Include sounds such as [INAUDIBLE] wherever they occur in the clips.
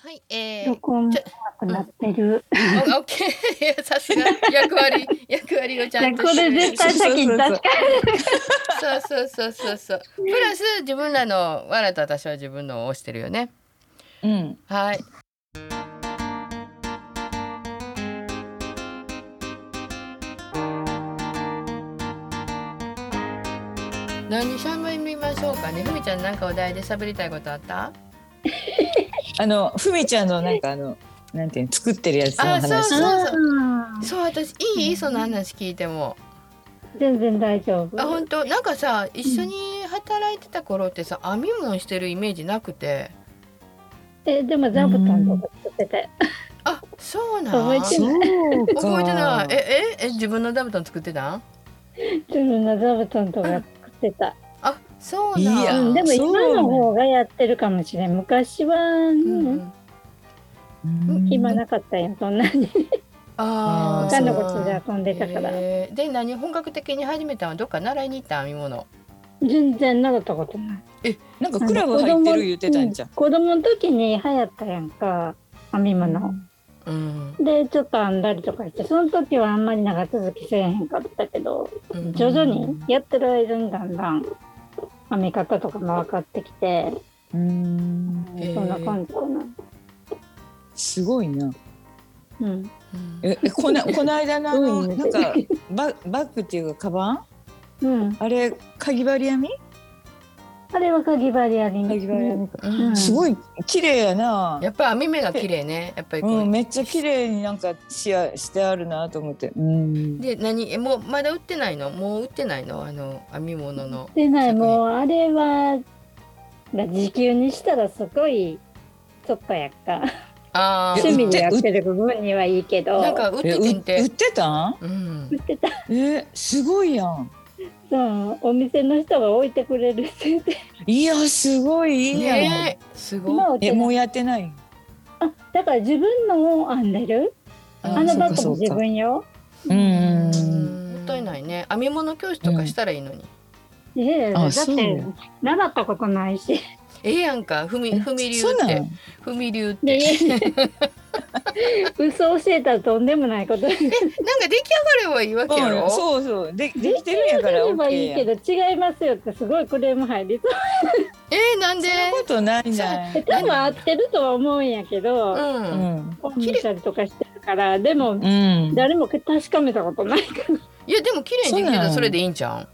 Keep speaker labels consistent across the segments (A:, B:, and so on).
A: はい、えー、
B: 録音がなってる。
A: オッケ [LAUGHS] ー、さすが役割役割をちゃんと
B: これ絶対先に出し
A: そうそうそうそうそう。プラス自分らのわらと私は自分のを押してるよね。
C: うん。
A: はい。何しゃべりましょうかね。ふみちゃんなんかお題で喋りたいことあった？
C: あのふみちゃんのなんかあのなんていうの作ってるやつの話。
A: あ、そうそうそう。うん、そう私いいその話聞いても。
B: 全然大丈夫。
A: あ本当なんかさ一緒に働いてた頃ってさ編み物してるイメージなくて。
B: えでも座布団とか作ってて。
A: あそうなん。
B: 覚えてない。
A: 覚えてない。えええ自分の座布団作ってた？
B: 自分の座布団とか作ってた。。
A: あそうなん
B: でも今の方がやってるかもしれん。昔は、うん暇なかったよそんなに。
A: あ
B: 他のことで遊んでたから。
A: えー、で何本格的に始めたのどっか習いに行った編み物。
B: 全然習ったことない。
C: えなんかクラブ入ってる言ってたんじゃん。
B: 子供の時に流行ったやんか編み物。
A: うん、
B: でちょっと編んだりとかしてその時はあんまり長続きせえへんかったけど、うん、徐々にやってる間にだんだん編み方とかも分かってきて、
C: うん、
B: そんな感じかな。
C: すごいな。
B: うん、
C: えこ
A: [LAUGHS]
C: のこの間のあの、なんかババッグっていうかカバン、
B: うん、
C: あれかぎ針編み
B: あれはかぎ針編み。かぎ
C: 針編みか、うん、すごい綺麗やな。
A: やっぱ編み目が綺麗ね。やっぱり
C: うん、めっちゃ綺麗になんかしやしてあるなと思って。うん、
A: で何えもうまだ売ってないの？もう売ってないの？あの編み物の。
B: 売ってないもうあれは時給にしたらすごいちょっとやっか。
A: あ
B: 趣味でやってる部分にはいいけど。
A: なんか売って
C: た
A: うん。
B: 売ってた。
C: えすごいやん。
B: そう、お店の人が置いてくれる先
C: [LAUGHS]
B: 生。
C: いや、すごい、いいやん。
A: ね、すごい。
C: え、もうやってない。
B: あ、だから自分のを編んでる。あのバッグも自分よ。
C: うん。
A: もったいないね。編み物教室とかしたらいいのに。
B: ええ、だって、習ったことないし。
A: ええやんか、ふみ、ふみ流って。ふみ流って。
B: [LAUGHS] 嘘教えたらとんでもないこと。え、なんか
A: 出来上がればいいわけやろ。
C: そうそう、で、できてるんやから。
B: ればいいけど、違いますよって、すごいクレーム入りそう。
A: えなんで。
C: そんことないじゃん。
B: 多分合ってるとは思うんやけど。
A: うん。
B: 本見たりとかしてるから、でも、誰も確かめたことないから。
A: いや、でも、綺麗にできたら、それでいいんじゃん。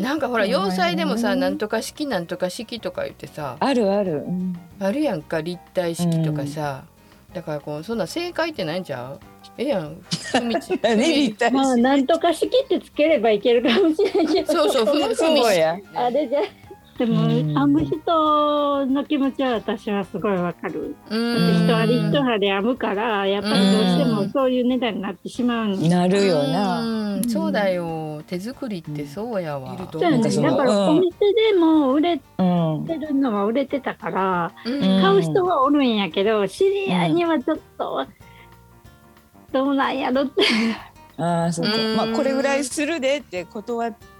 A: なんかほら要塞でもさなんとか式なんとか式とか言ってさ
C: あるある、うん、
A: あるやんか立体式とかさ、うん、だからこうそんな正解ってないんちゃうええやん
C: ふみ
A: [LAUGHS]
C: ち立体
B: まあなんとか式ってつければいけるかもしれないけど
A: そうそうふみふみ
B: あれじゃでも、うん、編む人の気持ちは私はすごいわかる。
A: うん、
B: 一針一針編むから、やっぱりどうしてもそういう値段になってしまうん
C: なるよな。
A: そうだよ。手作りってそうやわ。
B: そうやね。だからお店でも売れてるのは売れてたから、買う人はおるんやけど、知り合いにはちょっと、どうなんやろって。
C: ああ、そうか。まあ、これぐらいするでって断って。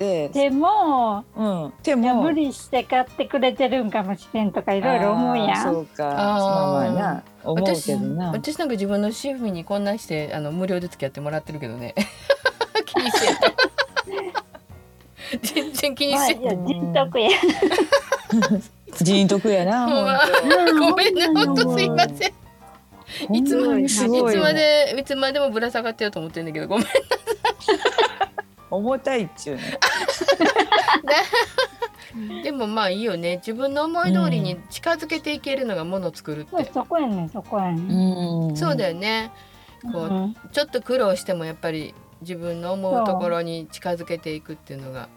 B: でも、
C: うん、でも
B: 無理して買ってくれてるんかもしれんとかいろいろ思うやん。、
C: そうかまあまあな思うけどな
A: 私。私なんか自分の趣味にこんなしてあの無料で付き合ってもらってるけどね [LAUGHS] 気にして全然気にして
B: まあ、人徳や
C: 人徳やな、
A: まあ、ごめんね
B: [LAUGHS]
A: 本当すいません。いつまいつまでいつまでもぶら下がってよと思ってんだけどごめんなさい。
C: 重たいっちゅう
A: でもまあいいよね自分の思い通りに近づけていけるのがもの作るって、うん、
B: そこやねそこや
C: ね
A: そうだよねこう、うん、ちょっと苦労してもやっぱり自分の思うところに近づけていくっていうのが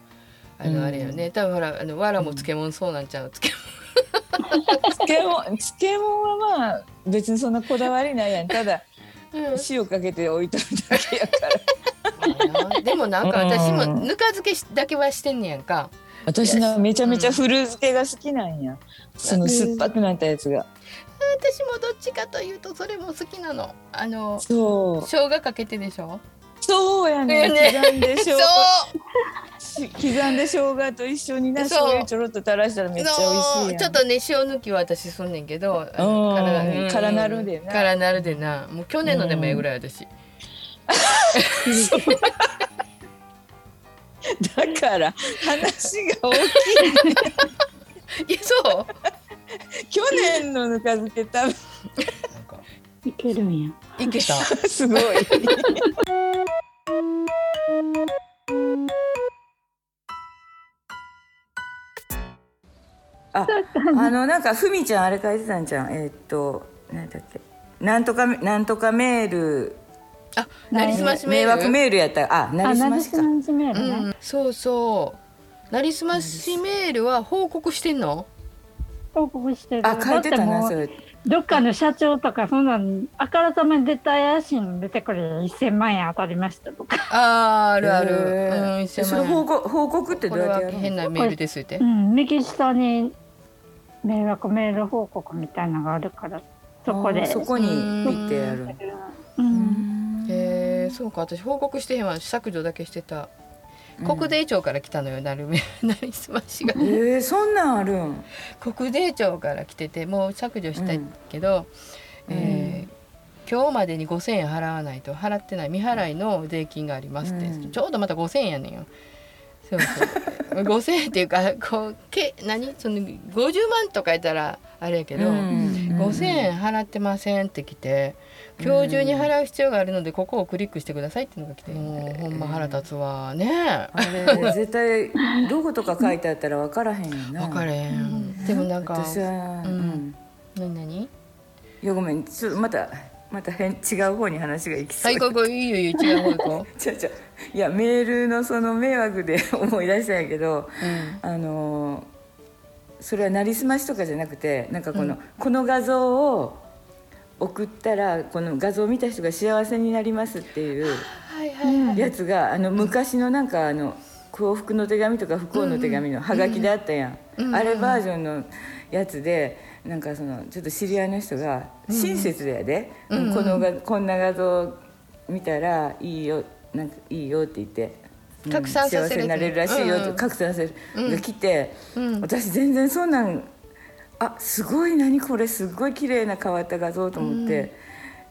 A: あのあれよね、うん、多分ほらあのわらも漬物そうなんちゃう漬
C: 物漬物漬物はまあ別にそんなこだわりないやんただ、塩かけて置いとるだけやから。
A: でもなんか私もぬか漬けだけはしてんねやんか。
C: [LAUGHS] 私なめちゃめちゃ古漬けが好きなんや。その酸っぱくなったやつが。
A: 私もどっちかというとそれも好きなの。あの
C: そう
A: 生姜かけてでしょ。
C: そうやね。ね刻んでしょ。
A: そう。
D: し刻んで生姜と一緒にな
A: そう
D: 醤油ちょろっと垂らしたらめっちゃ美味しいやん
A: ちょっとね塩抜きは私すんねんけどあの
D: うん
A: 体に
D: からなるでな
A: からなるでなもう去年のでもええぐらい私
D: だから話が
A: [LAUGHS]
D: 大きい
A: いやそう
D: 去年のぬか漬け食
A: なんか
B: いけるんや。
A: いけた
C: [LAUGHS]
D: べすごい
C: あ、あのなんかふみちゃんあれ書いてたんじゃん。えーっとなんだっけ。なんとかなんとかメール。
A: あなりすましメー
C: 迷
A: ル
C: 惑メールやった。あ、
B: あ、な
C: なりすま
B: る
C: し
B: し
C: か。
B: なじめる
A: う
B: ね。
A: んそうそうなりすましメールは報告してんの
B: 報告してる。
C: あ、書いてた
B: だっても
C: な
B: う
C: それ。
B: どっかの社長とか、そんなん、あからさまに出た怪しいの出てくれ、1000万円当たりましたとか。
A: あーあるある、
C: えー
A: うん1000
C: その
A: 万
C: 報告報告ってど
A: こ
C: う
A: れ
C: や
A: は
C: ってやるの
A: 変なメールですって
B: うん、右下に迷惑メール報告みたいなのがあるから、そこ
C: あ
B: で。
C: ーそこに見てやるの。
B: うん。
A: へえそうか私報告してへんわ削除だけしてた国税庁から来たのよなるめ [LAUGHS] なりすましが
C: うん。えー、そんなんあるん。
A: 国税庁から来ててもう削除したいけど、
C: うん
A: えー今日までに5,000円払わないと払ってない未払いの税金がありますって、
C: うん
A: ちょうどまた5,000円やねんよ。そうそう [LAUGHS] 5,000円っていうかこうけ何その50万とかやったらあれやけど、
C: うん
A: 5,000円払ってませんって来て今日中に払う必要があるのでここをクリックしてくださいっていうのが来て、もうほんま腹立つわね
C: あれ絶対ロゴとか書いてあったら分からへんよな。
A: 分かれん、
B: うん
A: でもなんか
C: 私は、
A: う
C: うんん、
A: 何何
C: いやごめん、ちょっとまたまた変違う方に話が行きそ
A: は
C: う。
A: いこうこういいよいいよ違う方行こ
C: [LAUGHS] ちょちょいやメールのその迷惑で [LAUGHS] 思い出したんやけど、
A: う、うん
C: あのそれはなりすましとかじゃなくてなんかこの、この画像を送ったらこの画像を見た人が幸せになりますっていう
A: はいはいはい。
C: やつがあの昔のなんかあの幸福の手紙とか不幸の手紙のハガキであったやん、
A: うん
C: あれバージョンのやつでなんかそのちょっと知り合いの人が親切だやで、
A: うん
C: このがこんな画像見たらいいよなんかいいよって言って。うん
A: 拡散さ
C: 幸
A: せるやつ
C: せ
A: ね
C: になれるらしい
A: う
C: よ
A: んう
C: と
A: ん
C: 拡散させる、
A: うん
C: が来て、
A: うん
C: 私全然そんなんあすごい何これすごい綺麗な変わった画像と思って、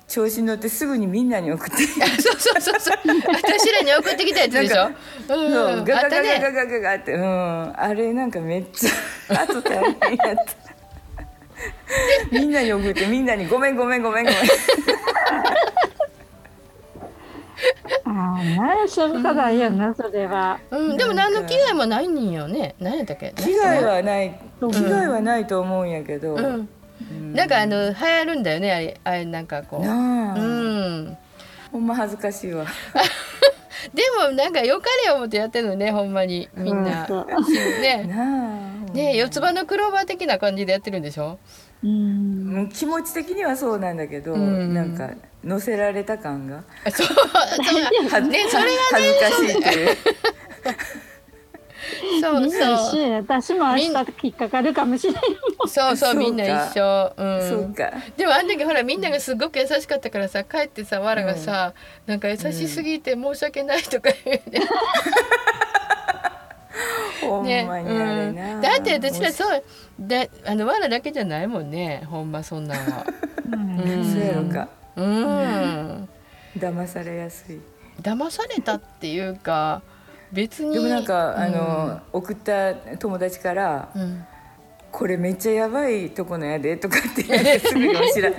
C: 調子に乗ってすぐにみんなに送って
A: そうそうそうそう。私らに送ってきたやつでしょ
C: なん。
A: うん
C: そ
A: うん。
C: うガ
A: あった
C: ガガガ
A: ね。
C: ガガガガって、うん、あれなんかめっち
A: [LAUGHS]
C: ゃ後大変やったみんなに送ってみんなに「ごめんごめんごめんごめん」
B: ああ、なあ、しょうがないよな、それは。
A: うん。でも何の危害もないんよね。何やったっけ。
C: 危害はない
B: うん
C: 危害はないと思うんやけど、
A: うん。なんかあの流行るんだよね。あれあれなんかこう。
C: なあ、
A: うん。で
C: ほんま恥ずかしいわ
A: もなんか良かれ思ってやってるのね。ほんまにみんな。
B: そう
A: ね。
C: なあ
A: ね四つ葉のクローバー的な感じでやってるんでしょ。
B: うん。
C: うん気持ち的にはそうなんだけど、
A: うん
C: なんか乗せられた感が
A: あそう。そうねそれ
C: 恥ずかしいっていう
A: がそ
B: み
A: うん
B: な
A: そ
B: 一緒や私も明日引っかかるかもしれない。
A: うそうそうみんな一緒。うん。
C: そうか
A: でもあの時ほらみんながすごく優しかったからさ帰ってさわらがさ、なんか優しすぎて申し訳ないとか言うね,、
C: ほん
A: ね
C: まにあれな、
A: うん、だって私らそうだあのわらだけじゃないもんねほんまそんなん
C: [LAUGHS]
A: は
B: うん
C: そうやろか
A: うん
C: 騙されやすい
A: 騙されたっていうか別に
C: でもなんか、あの送った友達から
A: うん、うん
C: 「これめっちゃやばいとこのやで」とか [LAUGHS] って言ってすぐかもし [LAUGHS] れん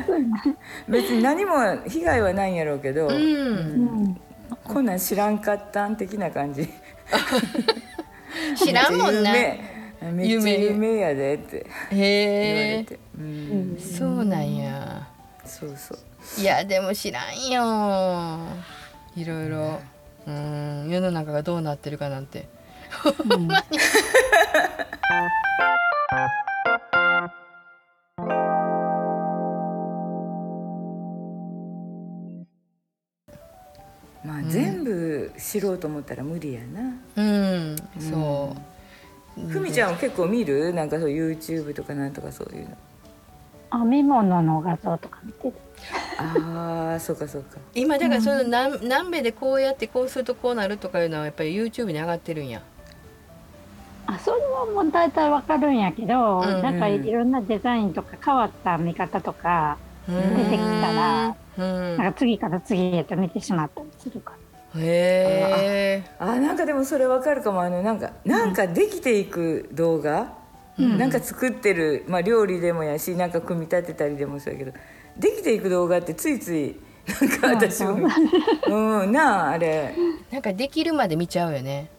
C: 別に何も被害はないんやろうけど、
A: うん
C: こんなん知らんかったん的な感 [LAUGHS] じ
A: 知らんもんなへ
C: めっちゃ有名めっちゃ有名やでって言われ
A: え
C: て、うん
A: そうなんや
C: そうそう
A: いやでも知らんよいろいろうん世の中がどうなってるかなんて
C: まあ、全部知ろうと思ったら無理やな
A: うんそう、
C: ふみ、ちゃんは結構見るなんかそう YouTube とかなんとかそういうの
B: 編み物の画像とか見てる。
C: ああそうかそうか
A: 今だからその南南米でこうやってこうするとこうなるとかいうのはやっぱり YouTube に上がってるんや
B: あそれはもう大体わかるんやけど、
A: うんうん
B: なんかいろんなデザインとか変わった見方とか、出てきたら
A: うん
B: なんか次から次へと見てしまったりするか
A: へえ
C: あなんかでもそれわかるかもあのなんかなんかできていく動画、
B: うん
C: なんか作ってる、まあ、料理でもやしなんか組み立てたりでもそうやけどできていく動画ってついついなんか私
B: そう
C: もうんなああれ
A: なんかできるまで見ちゃうよね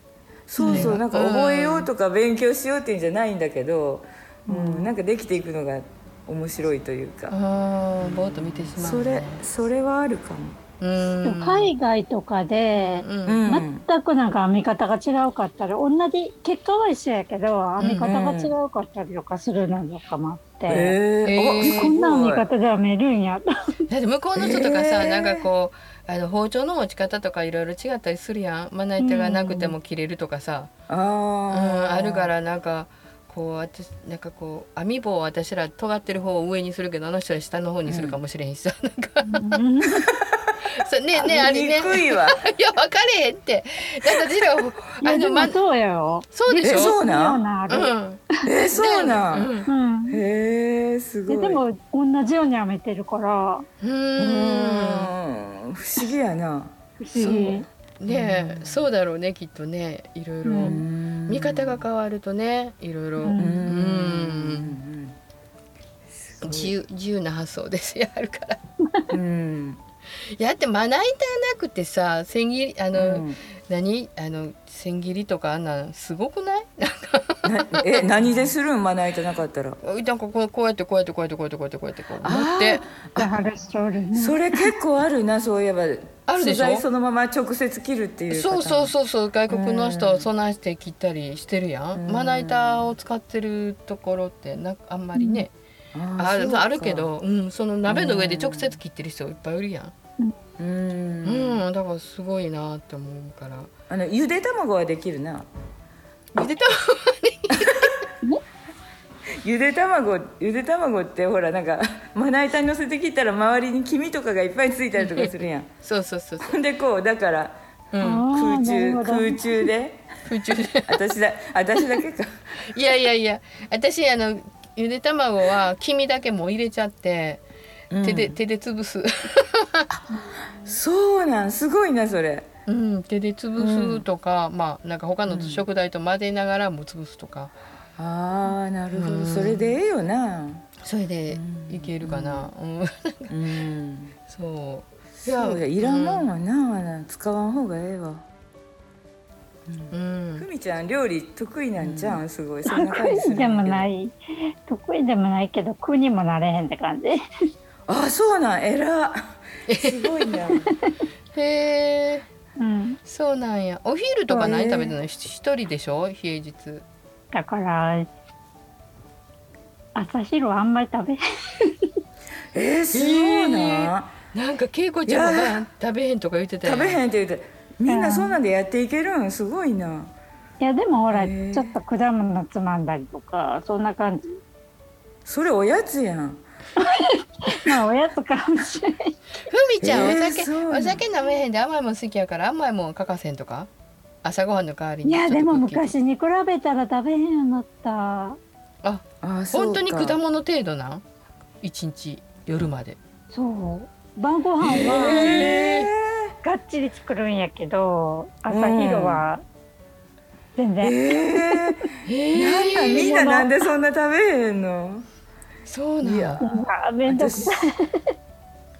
C: そうそううんなんか覚えようとか勉強しようっていうんじゃないんだけど、うん、なんかできていくのが面白いという
A: う
C: か、
A: んぼーっと見てしまう
C: それ
A: ね
C: それはあるか
A: う
C: も。
A: ん
B: でも海外とかで、
A: うん
C: うん
B: 全くなんか編み方が違うかったり同じ結果は一緒やけど編み方が違うかったりとかするのとかもあって、
C: え
A: えー
C: あ
B: こんな編み
C: すごい
B: 方で編めるんやと
A: だって向こうの人とかさ、
C: えー
A: なんかこうあの包丁の持ち方とかいろいろ違ったりするやんまな板がなくても切れるとかさ、
C: あ
A: うん
C: ー
A: あるからなんかこう私なんかこう網棒を私ら尖ってる方を上にするけどあの人は下の方にするかもしれへんしさ、 [LAUGHS]
B: [LAUGHS]
A: そうねねあれね
C: 見にくいわ。
A: [LAUGHS] いや分かれへんってなんかジロー
B: いや
A: あ
B: で
A: の、ま
B: も、そうやよ。
A: そうでし
C: え
A: ょ
C: そうな
B: ようんなあ
A: う
B: る。
A: ん
C: えそうな
A: うんん
B: うん。で
C: へえすごい。
B: でも同じように編めてるから
A: う
C: う
A: ーん
C: ーん不思議やな。
B: 不思議。
A: ねえそうだろうねきっとねいろいろ、
B: う
A: 見
C: 見
A: 方が変わるとねいろいろ、
B: うん
A: う
C: う
A: ん
C: んすご
A: 自
C: い
A: 由自由な発想ですやるから。
C: うん
A: いやだってまな板なくてさ千切りあ
C: う
A: の、
C: ん
A: 何あの千切りとかあんなんすごくない？
C: なえ何でするんまな板なかったら。
A: なんかこうこうやってこうやってこうやってこうやってこうやってこうやってこう持って
B: じゃある人おるね。
C: それ結構あるなそういえば。
A: あるでしょ
C: 素材そのまま直接切るっていう方
A: そ
C: も。
A: うそうそうそう外国の人をそないして切ったりしてるやん、
C: うん
A: まな板を使ってるところってなあんまりね、
C: あ
A: あ
C: ーそう
A: る
C: か
A: あるけど、うん、その鍋の上で直接切ってる人いっぱいいるやん、
C: う
A: うんんだからすごいなって思うから
C: あのゆで卵はできるな
A: ゆでた
C: ゆで卵ゆで卵ってほらなんかまな板に乗せて切ったら周りに黄身とかがいっぱいついたりとかするやん
A: そうそうそうそ
C: ほん [LAUGHS] でこうだから
A: う、うん、
B: あ
C: 空
B: ーなるほ
C: 中
B: ど
C: 空中で
A: 空中で
C: 私だ私だけか
A: いやいやいや私あのゆで卵は黄身だけもう入れちゃって、手で手で潰す、
C: そうなんすごいなそれ
A: うん、手で潰すとか、まあなんか他の食材と混ぜながらも潰すとか、
C: あーなるほどそれでええよな
A: それでいけるかな、うん [LAUGHS]
C: うん
A: そうい
C: そうやいらんもんはなあな使わん方がええわ
A: うん
C: ふみちゃん料理得意なんじゃんすごいそんな感じす
B: 得
C: る
B: 意でも
C: い
B: ない。得意でもないけど苦にもなれへんって感じ。
C: あそうなんえらすごいな
A: へえ
B: うん。
A: そうなんやお昼とか何
C: そうね
A: 食べてないひ一人でしょ平日
B: だから朝昼はあんまり食べへん。
C: えー、すごいな、
A: なんか恵子ちゃん
C: い
A: が食べへんとか言ってたや
C: 食べへんって言ってみん
B: う
C: なんそんなんでやっていけるんすごいない
B: やでもほら
C: へー
B: ちょっと果物つまんだりとかそんな感じ。
C: それおやつやん
B: [LAUGHS] まあおやつかもしれない。
A: ふみちゃん、
C: えー
A: お酒
C: そうなの
A: お酒飲めへんで甘いもん好きやから甘いもん欠かせんとか朝ごはんの代わり
B: い
A: に
B: や
A: ちょっ
B: で
A: と
B: も
A: クッキー
B: 昔に比べたら食べへんようになった。
A: あ
C: あそうか
A: 本当に果物程度なん一日夜まで
B: そう晩ご飯は
C: え
B: がっちり作るんやけど朝昼は全
C: ー、
B: 然、
C: えー、なんか
A: え
C: みんななんでそんな食べへんの
A: そうなん
C: い
A: や
C: や
B: あーめんどくさい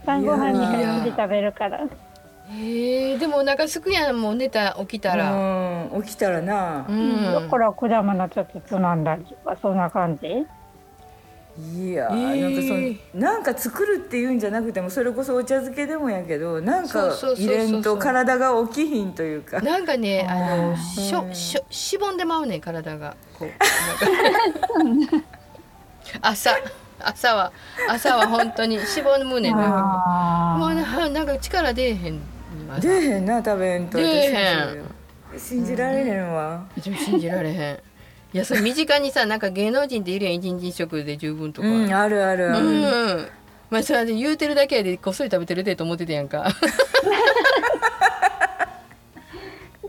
B: 晩ご飯に
A: いや
B: がっちり食べるから
A: えー、でもお腹すくやんもう寝た起きたら
C: うん起きたらな
A: う、
B: だから果物ちょっとつまんだりとかそんな感じ
C: いや
A: えー
C: ー、なんかそのなんか作るっていうんじゃなくてもそれこそお茶漬けでもやけどなん
A: そう
C: か
A: そうそうそう
C: 入れんと体が起きひんというか
A: なんかねあのし
C: う
A: ょ
C: ん
A: しょしぼんでまうねん体が
C: [LAUGHS]
A: こうなんか朝朝は朝は本当にしぼむねんなんか
B: あ
A: もう
B: ー
A: ななんか力出えへん今
C: 出えへんな食べへんと
A: 出えへん
C: 私もそうよ信じられへんわ、
A: でも信じられへんいやそれ身近にさなんか芸能人っているやん一日一食で十分と
C: う
A: か
C: んあるあるある、
A: うんまあそれで言うてるだけやでこっそり食べてるでと思ってたやんか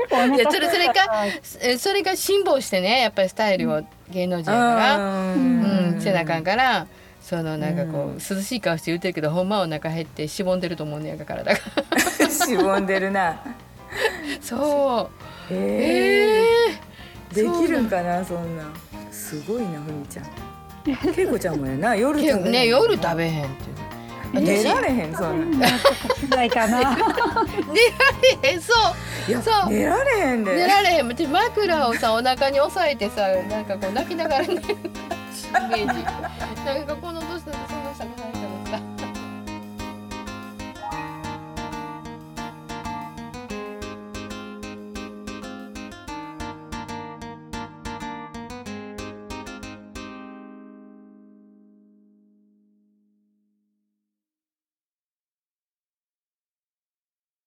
B: だ
A: いやそれそれかえそれが辛抱してねやっぱりスタイルを芸能人やから、うん、せなあかんからそのなんかこう、
C: うん
A: 涼しい顔して言うてるけどほんまお腹減ってしぼんでると思うねやから体が
C: [LAUGHS] しぼんでるな [LAUGHS]
A: そうえ
C: えー、
A: そう
C: で
A: なん
C: きるんかなそんなすごいなふみちゃ
A: [LAUGHS]
C: んけいこちゃんもやな夜
A: け
C: 食
A: ど
C: べ
A: ね夜食べへんって
C: 寝
A: 私
C: られへんそんな
B: ないかな。
A: えそう
C: いや
A: そう
C: 寝られへんで
A: 寝られへん私枕をさお腹に押さえてさなんかこう泣きながら寝るイメージなんかこの